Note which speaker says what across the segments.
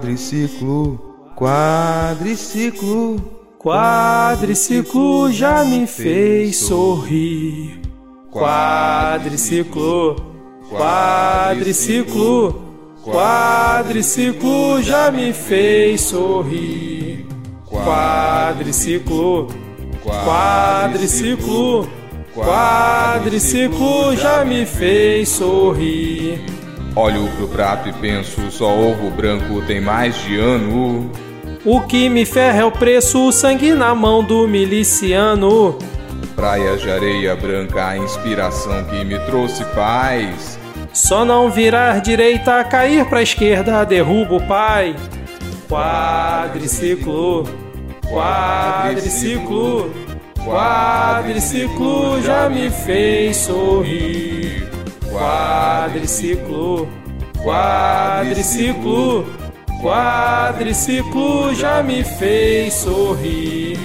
Speaker 1: Quadriciclo, quadriciclo,
Speaker 2: Quadriciclo já me fez sorrir. Quadriciclo, quadriciclo, quadriciclo já me fez sorrir. Quadriciclo, quadriciclo, quadriciclo já me fez sorrir.
Speaker 1: Olho pro prato e penso, só ovo branco tem mais de ano.
Speaker 2: O que me ferra é o preço, o sangue na mão do miliciano.
Speaker 1: Praia de areia branca, a inspiração que me trouxe paz.
Speaker 2: Só não virar direita, cair pra esquerda, derruba o pai. Quadriciclo, quadriciclo, quadriciclo já me fez sorrir. Quadriciclo, quadriciclo, quadriciclo já me fez sorrir.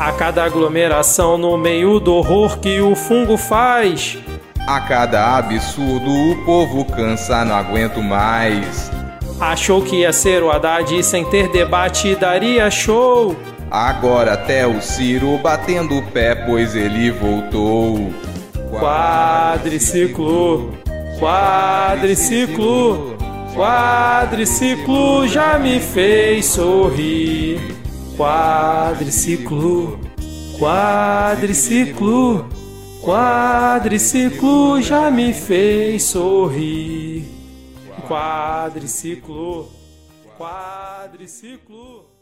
Speaker 2: A cada aglomeração no meio do horror que o fungo faz.
Speaker 1: A cada absurdo o povo cansa, não aguento mais.
Speaker 2: Achou que ia ser o Haddad e sem ter debate daria show.
Speaker 1: Agora até o Ciro batendo o pé, pois ele voltou.
Speaker 2: Quadriciclo, quadriciclo, quadriciclo já me fez sorrir. Quadriciclo, quadriciclo, quadriciclo já me fez sorrir. Quadriciclo, quadriciclo.